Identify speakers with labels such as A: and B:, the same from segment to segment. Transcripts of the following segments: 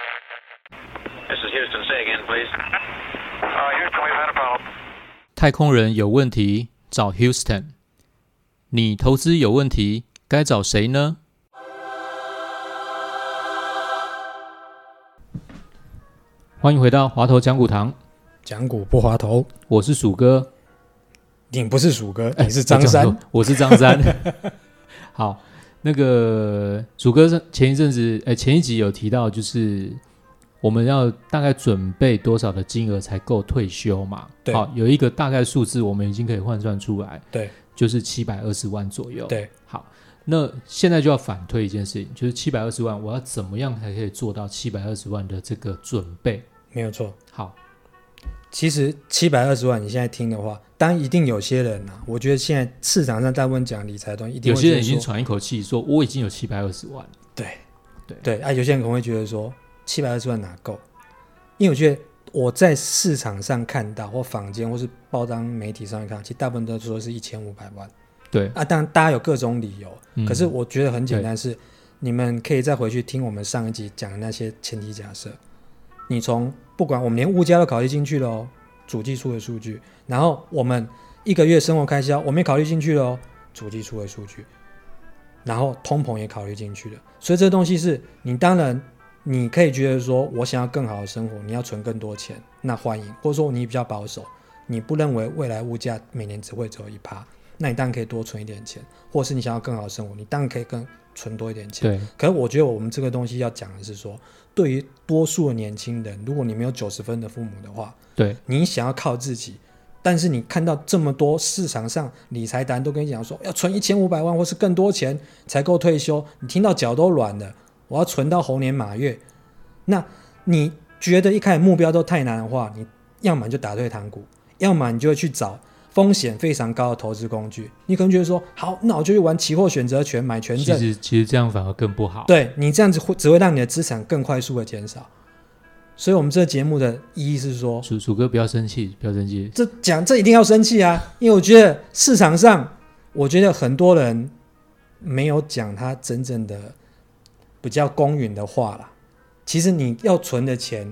A: This is Houston. Say again, please.
B: Uh, Houston, we've had a problem.
C: 太空人有问题找 Houston，你投资有问题该找谁呢？欢迎回到华头讲股堂，
D: 讲股不滑头，
C: 我是鼠哥，
D: 你不是鼠哥，
C: 哎
D: 你是 张，
C: 我
D: 三
C: 讲错。我是张三。好，那个鼠哥是前一阵子，哎，前一集有提到，就是我们要大概准备多少的金额才够退休嘛？
D: 对
C: 好，有一个大概数字，我们已经可以换算出来，
D: 对，
C: 就是七百二十万左右。，
D: 对，
C: 好，那现在就要反推一件事情，就是七百二十万，我要怎么样才可以做到七百二十万的这个准备？
D: 没有错。
C: 好，
D: 其实七百二十万，你现在听的话，当然一定有些人啊，我觉得现在市场上在问讲理财的东西，一定
C: 有
D: 会
C: 些人已
D: 觉得
C: 经
D: 说
C: 喘一口气，说我已经有七百二十万了。
D: 对
C: 对
D: 对啊，有些人可能会觉得说七百二十万哪够？因为我觉得我在市场上看到，或坊间，或是报章媒体上面看到，其实大部分都说是一千五百万
C: 对，
D: 啊。当然，大家有各种理由，
C: 嗯
D: 可是我觉得很简单是，你们可以再回去听我们上一集讲的那些前提假设。你从不管我们连物价都考虑进去了哦，主计处的数据，然后我们一个月生活开销我们也考虑进去了哦，主计处的数据，然后通膨也考虑进去了。所以这东西是你当然你可以觉得说我想要更好的生活，你要存更多钱，那欢迎，或者说你比较保守，你不认为未来物价每年只会只有一趴，那你当然可以多存一点钱。或是你想要更好的生活，你当然可以更存多一点钱。
C: 对，
D: 可是我觉得我们这个东西要讲的是说，对于多数的年轻人，如果你没有九十分的父母的话，
C: 对，
D: 你想要靠自己，但是你看到这么多市场上理财达人都跟你讲说，要存一千五百万或是更多钱才够退休，你听到脚都软了，我要存到猴年马月。那你觉得一开始目标都太难的话，你要么你就打退堂鼓，要么你就会去找风险非常高的投资工具。你可能觉得说，好，那我就去玩期货选择权买 权
C: 其
D: 证，
C: 实其实这样反而更不好。
D: 对你这样子会只会让你的资产更快速的减少。所以，我们这个节目的意义是说，
C: 鼠鼠哥不要生气，不要生气。
D: 这讲这一定要生气啊，因为我觉得市场上，我觉得很多人没有讲他真正的比较公允的话啦。其实你要存的钱，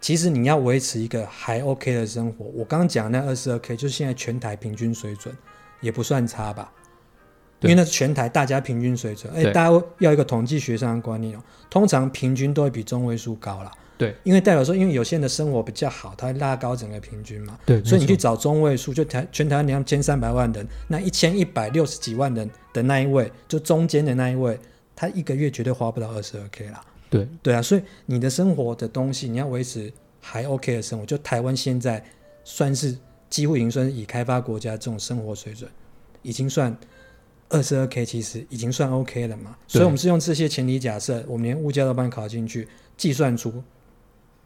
D: 其实你要维持一个还 OK 的生活。我刚刚讲的那二十二 K 就是现在全台平均水准，也不算差吧。因
C: 对
D: 为那是全台大家平均水准，而且
C: 对
D: 大家要一个统计学上的观念哦，通常平均都会比中位数高啦。
C: 对，
D: 因为代表说，因为有些人的生活比较好，他会拉高整个平均嘛。
C: 对，
D: 所以
C: 没
D: 你去
C: 错
D: 找中位数，就台全台湾两千三百万人，那一千一百六十几万人的那一位，就中间的那一位，他一个月绝对花不到二十二 k 啦。
C: 对
D: 对啊，所以你的生活的东西，你要维持还 OK 的生活，就台湾现在算是几乎已经算是已开发国家这种生活水准，已经算二十二 K，其实已经算 OK 了嘛。
C: 对
D: 所以我们是用这些前提假设，我们连物价都帮你考进去，计算出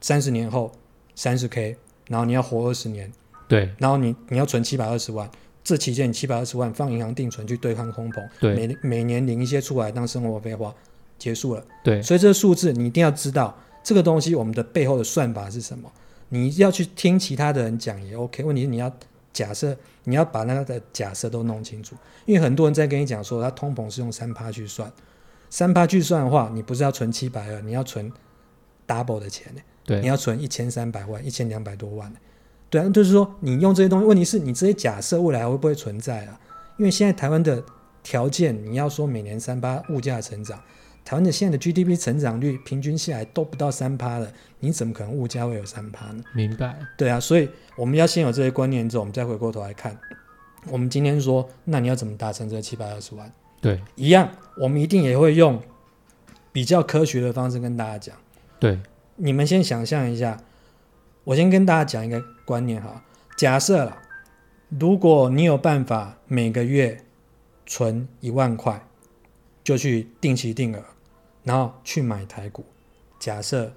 D: 三十年后三十 K，然后你要活二十年，
C: 对
D: 然后你你要存七百二十万，这期间你七百二十万放银行定存去对抗通膨，
C: 对
D: 每每年领一些出来当生活费花，结束了。
C: 对
D: 所以这个数字你一定要知道，这个东西我们的背后的算法是什么。你要去听其他的人讲也 OK，问题是你要假设，你要把那个的假设都弄清楚，因为很多人在跟你讲说，他通膨是用三趴去算，三趴去算的话，你不是要存七百二，你要存 double 的钱呢、你
C: 对
D: 要存一千三百万、一千两百多万、呢。对啊，就是说你用这些东西，问题是你这些假设未来会不会存在啊？因为现在台湾的条件，你要说每年三八物价成长，台湾的现在的 GDP 成长率平均下来都不到三趴了，你怎么可能物价会有三趴呢？
C: 明白。
D: 对啊，所以我们要先有这些观念之后，我们再回过头来看，我们今天说，那你要怎么达成这七百二十万？
C: 对
D: 一样，我们一定也会用比较科学的方式跟大家讲。
C: 对
D: 你们先想象一下，我先跟大家讲一个观念哈。假设啦，如果你有办法每个月存一万块，就去定期定额，然后去买台股。假设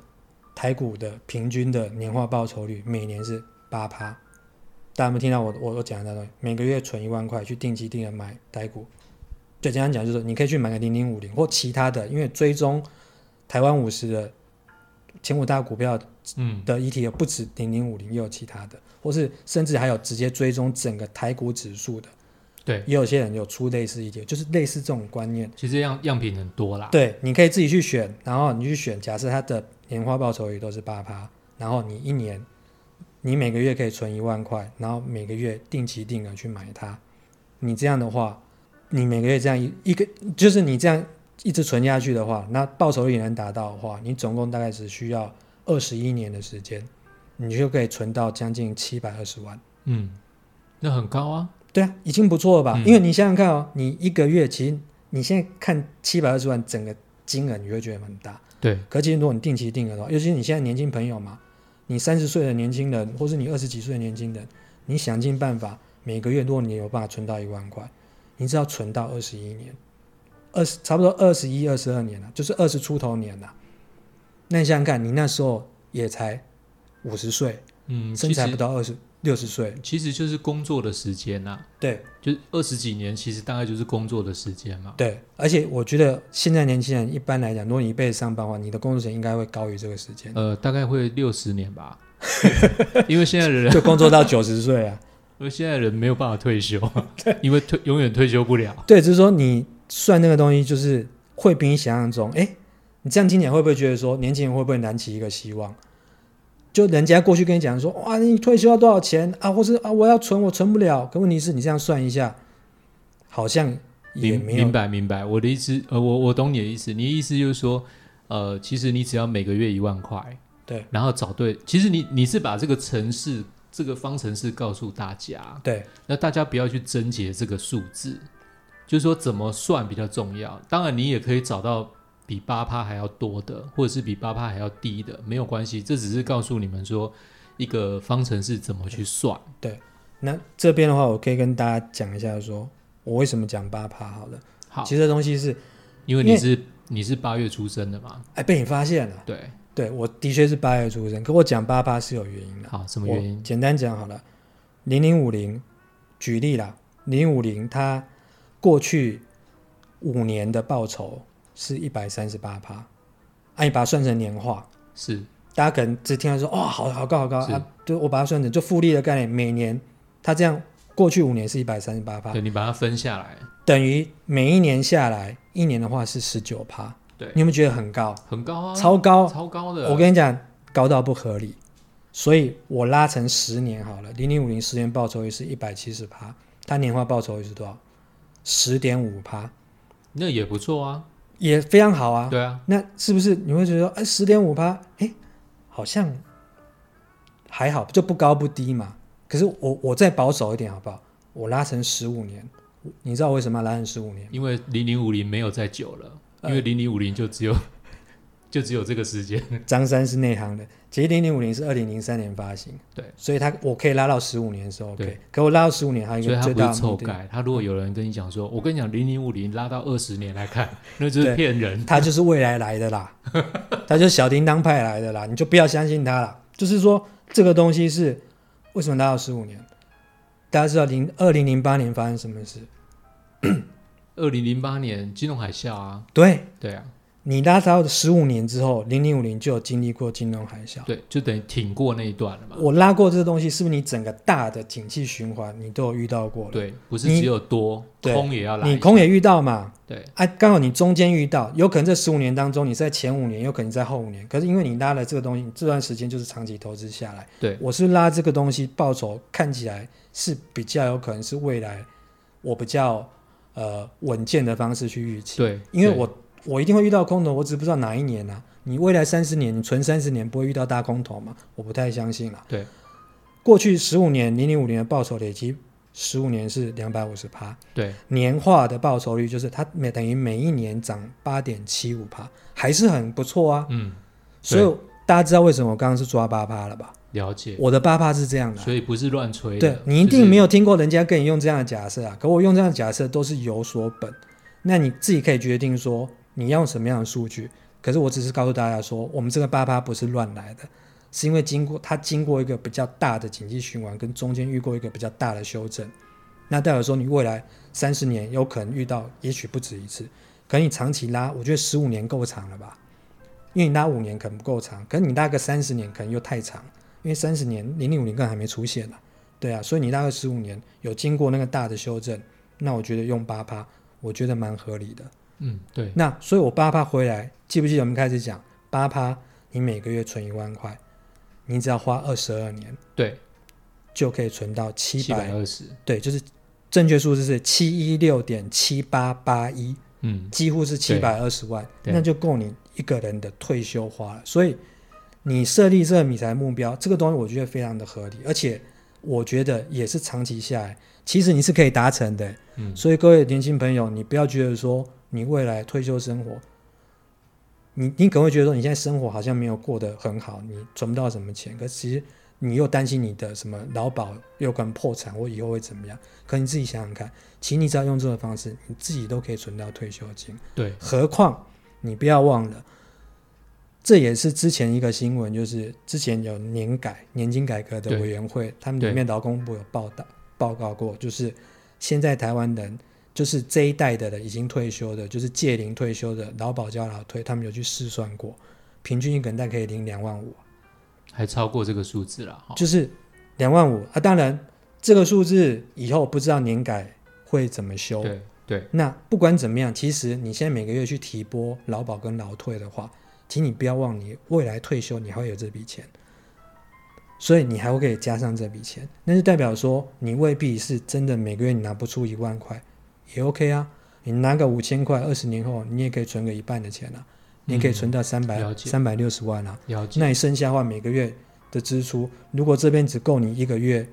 D: 台股的平均的年化报酬率每年是八趴，大家有没有听到我我我讲的那东西？每个月存一万块去定期定额买台股，最简单讲就是你可以去买个零零五零或其他的，因为追踪台湾五十的前五大股票
C: 嗯
D: 的 ETF 不止零零五零，也有其他的，或是甚至还有直接追踪整个台股指数的。
C: 对，
D: 也有些人有出类似一题，就是类似这种观念。
C: 其实样样品很多啦。
D: 对，你可以自己去选，然后你去选，假设它的年化报酬率都是八趴，然后你一年，你每个月可以存一万块，然后每个月定期定额去买它。你这样的话，你每个月这样一一个，就是你这样一直存下去的话，那报酬率也能达到的话，你总共大概只需要二十一年的时间，你就可以存到将近七百二十万。
C: 嗯，那很高啊。
D: 对啊，已经不错了吧？
C: 嗯
D: 因为你想想看哦，你一个月其实你现在看七百二十万整个金额，你会觉得很大。
C: 对，
D: 可其实如果你定期定额的话，尤其是你现在年轻朋友嘛，你三十岁的年轻人，或是你二十几岁的年轻人，你想尽办法每个月，如果你有办法存到一万块，你只要存到二十一年，二十差不多二十一、二十二年了、就是二十出头年了、那你想想看，你那时候也才五十岁，
C: 嗯，
D: 甚
C: 其
D: 至还不
C: 实
D: 到二十六十岁，
C: 其实就是工作的时间呐、
D: 对。
C: 就是二十几年，其实大概就是工作的时间啊嘛。
D: 对，而且我觉得现在年轻人一般来讲，如果你一辈子上班的话，你的工作时间应该会高于这个 时间，
C: 呃，大概会六十年 吧，因为现在的人，
D: 就工作到九十岁啊。
C: 因为现在的人没有办法退 休，因为退永远退休不了。
D: 对，只是说你算那个东西，就是会比你想象中，哎，你这样听起来会不会觉得说，年轻人会不会燃起一个希望？就人家过去跟你讲说，哇，你退休要多少钱啊，或是啊，我要存，我存不了。可问题是你这样算一下，好像也
C: 明
D: 没有
C: 明白明白，我的意思，呃，我我懂你的意思，你的意思就是说，呃，其实你只要每个月一万块，
D: 对，
C: 然后找对，其实你你是把这个城市这个方程式告诉大家，
D: 对
C: 那大家不要去纠结这个数字，就是说怎么算比较重要。当然，你也可以找到比八趴还要多的，或者是比八趴还要低的，没有关系。这只是告诉你们说一个方程式怎么去算。
D: 那这边的话，我可以跟大家讲一下说，我为什么讲八趴好了。
C: 好，
D: 其实这东西是，
C: 因为
D: 因
C: 你
D: 为
C: 是你是八月出生的嘛，
D: 哎，被你发现了。
C: 对，
D: 对，我的确是八月出生，可我讲八八是有原因的。
C: 好，什
D: 什
C: 么原因？
D: 简单讲好了，零零五零，举例啦，零零五零它过去五年的报酬是一百三十八趴，啊，你把它算成年化，
C: 是
D: 大家可能只听到说，哦，好好高好高
C: 是
D: 啊，就我把它算成就复利的概念，每年它这样过去五年是一百三十八趴，
C: 对你把它分下来，
D: 等于每一年下来，一年的话是十九趴，
C: 对
D: 你有没有觉得很高？
C: 很高啊，
D: 超高，
C: 超高的。
D: 我跟你讲，高到不合理，所以我拉成十年好了，零零五零十年报酬率是一百七十趴，它年化报酬率是多少？十点五趴，
C: 那也不错啊，
D: 也非常好啊。
C: 对啊，
D: 那是不是你会觉得说，哎，十点五趴，哎，好像还好，就不高不低嘛。可是我我再保守一点好不好？我拉成十五年，你知道为什么要拉成十五年？
C: 因为零零五零没有再久了，
D: 呃
C: 因为零零五零就只有 就只有这个时间。
D: 张三是内行的，其实零零五零是二零零三年发行，
C: 对，
D: 所以它我可以拉到十五年是 OK，
C: 对
D: 可我拉到十五年还有一
C: 所以它
D: 个最
C: 不
D: 大
C: 是
D: 的
C: 臭
D: 目的，
C: 改，他如果有人跟你讲说，我跟你讲零零五零拉到二十年来看， 那就是
D: 对
C: 骗人。
D: 它就是未来来的啦， 它就是小叮当派来的啦，你就不要相信它啦。就是说这个东西是为什么拉到十五年？大家知道零二零零八年发生什么事？
C: 二零零八年金融海啸啊，
D: 对
C: 对啊，
D: 你拉到十五年之后，零零五零就有经历过金融海啸。
C: 对，就等于挺过那一段了嘛。
D: 我拉过这个东西，是不是你整个大的景气循环你都有遇到过了？
C: 对，不是
D: 你
C: 只有多，
D: 对
C: 空也要来一下。
D: 你空也遇到嘛？
C: 对，
D: 啊，刚好你中间遇到，有可能这十五年当中，你是在前五年，有可能你在后五年。可是因为你拉了这个东西，你这段时间就是长期投资下来。
C: 对，
D: 我是拉这个东西报酬，看起来是比较有可能是未来我比较呃稳健的方式去预期。
C: 对，
D: 因为
C: 对
D: 我我一定会遇到空头，我只不知道哪一年啊。你未来三十年，你存三十年不会遇到大空头嘛？我不太相信啦。啊
C: 对，
D: 过去十五年零零五年的报酬累积，十五年是两百五十趴。
C: 对
D: 年化的报酬率就是它每等于每一年涨八点七五趴，还是很不错啊。
C: 嗯
D: 所以大家知道为什么我刚刚是抓八趴了吧？
C: 了解，
D: 我的八趴是这样的啊、
C: 所以不是乱吹的。
D: 对你一定没
C: 有
D: 有听过人家跟你用这样的假设啊。可我用这样的假设都是有所本，那你自己可以决定说你要用什么样的数据。可是我只是告诉大家说，我们这个八趴不是乱来的，是因为经过它经过一个比较大的经济循环，跟中间遇过一个比较大的修正。那代表说，你未来三十年有可能遇到，也许不止一次。可你长期拉，我觉得十五年够长了吧？因为你拉五年可能不够长，可你拉个三十年可能又太长，因为三啊十年零零五零更还没出现呢、对啊，所以你大概十五年有经过那个大的修正，那我觉得用八趴，我觉得蛮合理的。
C: 嗯，对，
D: 那所以，我八趴回来，记不记得我们开始讲八趴？你每个月存一万块，你只要花二十二年，
C: 对，
D: 就可以存到七
C: 七百
D: 百。
C: 二十，
D: 对，就是正确数字是七一六点七八八一，
C: 嗯，
D: 几乎是七百二十万，
C: 对
D: 那就够你一个人的退休花了。所以，你设立这个理财目标，这个东西我觉得非常的合理，而且我觉得也是长期下来，其实你是可以达成的。
C: 嗯
D: 所以各位年轻朋友，你不要觉得说你未来退休生活，你你可能会觉得说你现在生活好像没有过得很好，你存不到什么钱，可其实你又担心你的什么劳保有可能破产或以后会怎么样。可你自己想想看，其实你只要用这个方式，你自己都可以存到退休金。
C: 对，
D: 何况你不要忘了，这也是之前一个新闻，就是之前有年改年金改革的
C: 对
D: 委员会，他们
C: 对
D: 里面劳工部有报道报告过，就是现在台湾人就是这一代的人已经退休的，就是届龄退休的劳保交劳退，他们有去试算过，平均一个人大概可以领两万五，
C: 还超过这个数字了，哈，
D: 就是两万五啊。当然，这个数字以后不知道年改会怎么修，
C: 对对，
D: 那不管怎么样，其实你现在每个月去提拨劳保跟劳退的话，请你不要忘，你未来退休你还会有这笔钱，所以你还会可以加上这笔钱，那就代表说你未必是真的每个月你拿不出一万块，也 OK 啊，你拿个五千块，二十年后你也可以存个一半的钱啊，你也可以存到三百
C: 了解
D: 三百六十万啊，
C: 了解，
D: 那你剩下的话每个月的支出，如果这边只够你一个月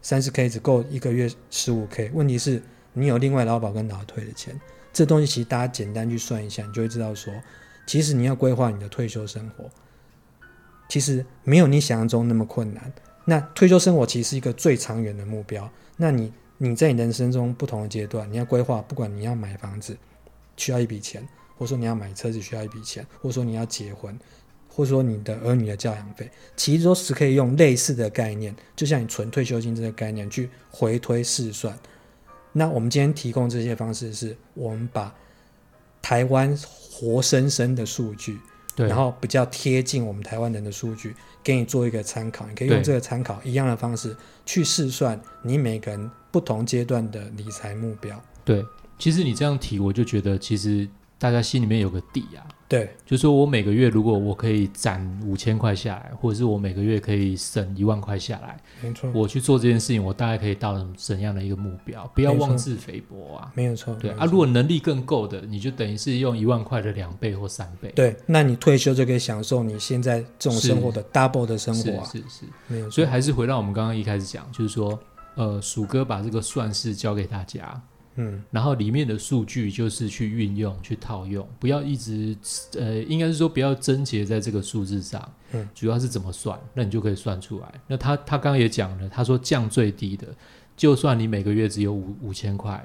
D: 三十 K，只够一个月十五 K，问题是你有另外劳保跟劳退的钱，这东西其实大家简单去算一下，你就会知道说，其实你要规划你的退休生活，其实没有你想象中那么困难。那退休生活其实是一个最长远的目标。那你你在你人生中不同的阶段，你要规划，不管你要买房子需要一笔钱，或者说你要买车子需要一笔钱，或者说你要结婚，或者说你的儿女的教养费，其实都是可以用类似的概念，就像你存退休金这个概念去回推试算。那我们今天提供这些方式是，我们把台湾活生生的数据，
C: 对
D: 然，后比较贴近我们台湾人的数据，给你做一个参考。你可以用
C: 对
D: 这个参考一样的方式去试算你每个人不同阶段的理财目标。
C: 对，其实你这样提，我就觉得其实大家心里面有个底啊，
D: 对
C: 就是说我每个月如果我可以攒五千块下来，或者是我每个月可以省一万块下来，
D: 没错，
C: 我去做这件事情，我大概可以到怎样的一个目标？不要
D: 没错
C: 妄自菲薄啊。
D: 没有错。
C: 对
D: 没有
C: 啊，
D: 错
C: 如果能力更够的，你就等于是用一万块的两倍或三倍。，
D: 对，那你退休就可以享受你现在这种
C: 是
D: 生活的 double 的生活啊，
C: 是是是。
D: 没有错。
C: 所以还是回到我们刚刚一开始讲，就是说，呃，鼠哥把这个算式交给大家，
D: 嗯，
C: 然后里面的数据就是去运用、去套用，不要一直呃，应该是说不要纠结在这个数字上，
D: 嗯，
C: 主要是怎么算，那你就可以算出来。那他他刚刚也讲了，他说降最低的，就算你每个月只有五五千块，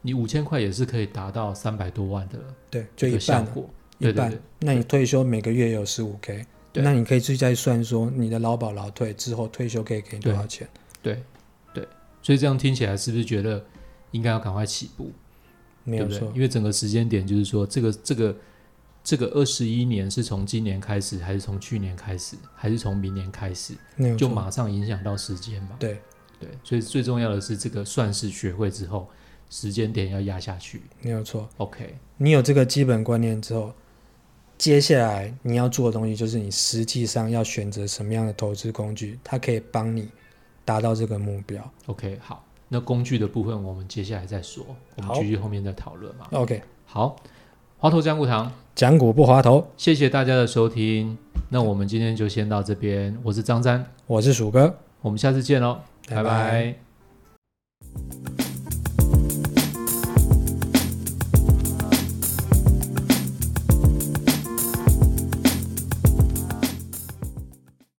C: 你五千块也是可以达到三百多万的
D: 对，就
C: 这
D: 一
C: 个
D: 半
C: 效
D: 啊，
C: 果，
D: 一
C: 对对
D: 半
C: 对。
D: 那你退休每个月有十五 k，
C: 对
D: 那你可以自己再算说你的劳保劳退之后退休可以给你多少钱？
C: 对对，所以这样听起来是不是觉得应该要赶快起步？
D: 没
C: 对
D: 有
C: 不对
D: 错，
C: 因为整个时间点就是说，这个这个这个二十一年是从今年开始，还是从去年开始，还是从明年开始，
D: 没有
C: 就
D: 错。
C: 马上影响到时间嘛？
D: 对
C: 对，所以最重要的是这个算式学会之后，时间点要压下去。
D: 没有错。
C: OK，
D: 你有这个基本观念之后，接下来你要做的东西就是你实际上要选择什么样的投资工具，它可以帮你达到这个目标。
C: OK，好，那工具的部分我们接下来再说，我们
D: 好
C: 继续后面再讨论嘛。
D: OK，
C: 好，滑头江固堂，
D: 讲股不滑头，
C: 谢谢大家的收听，那我们今天就先到这边，我是张三，
D: 我是鼠哥，
C: 我们下次见喽，拜
D: 拜
C: 拜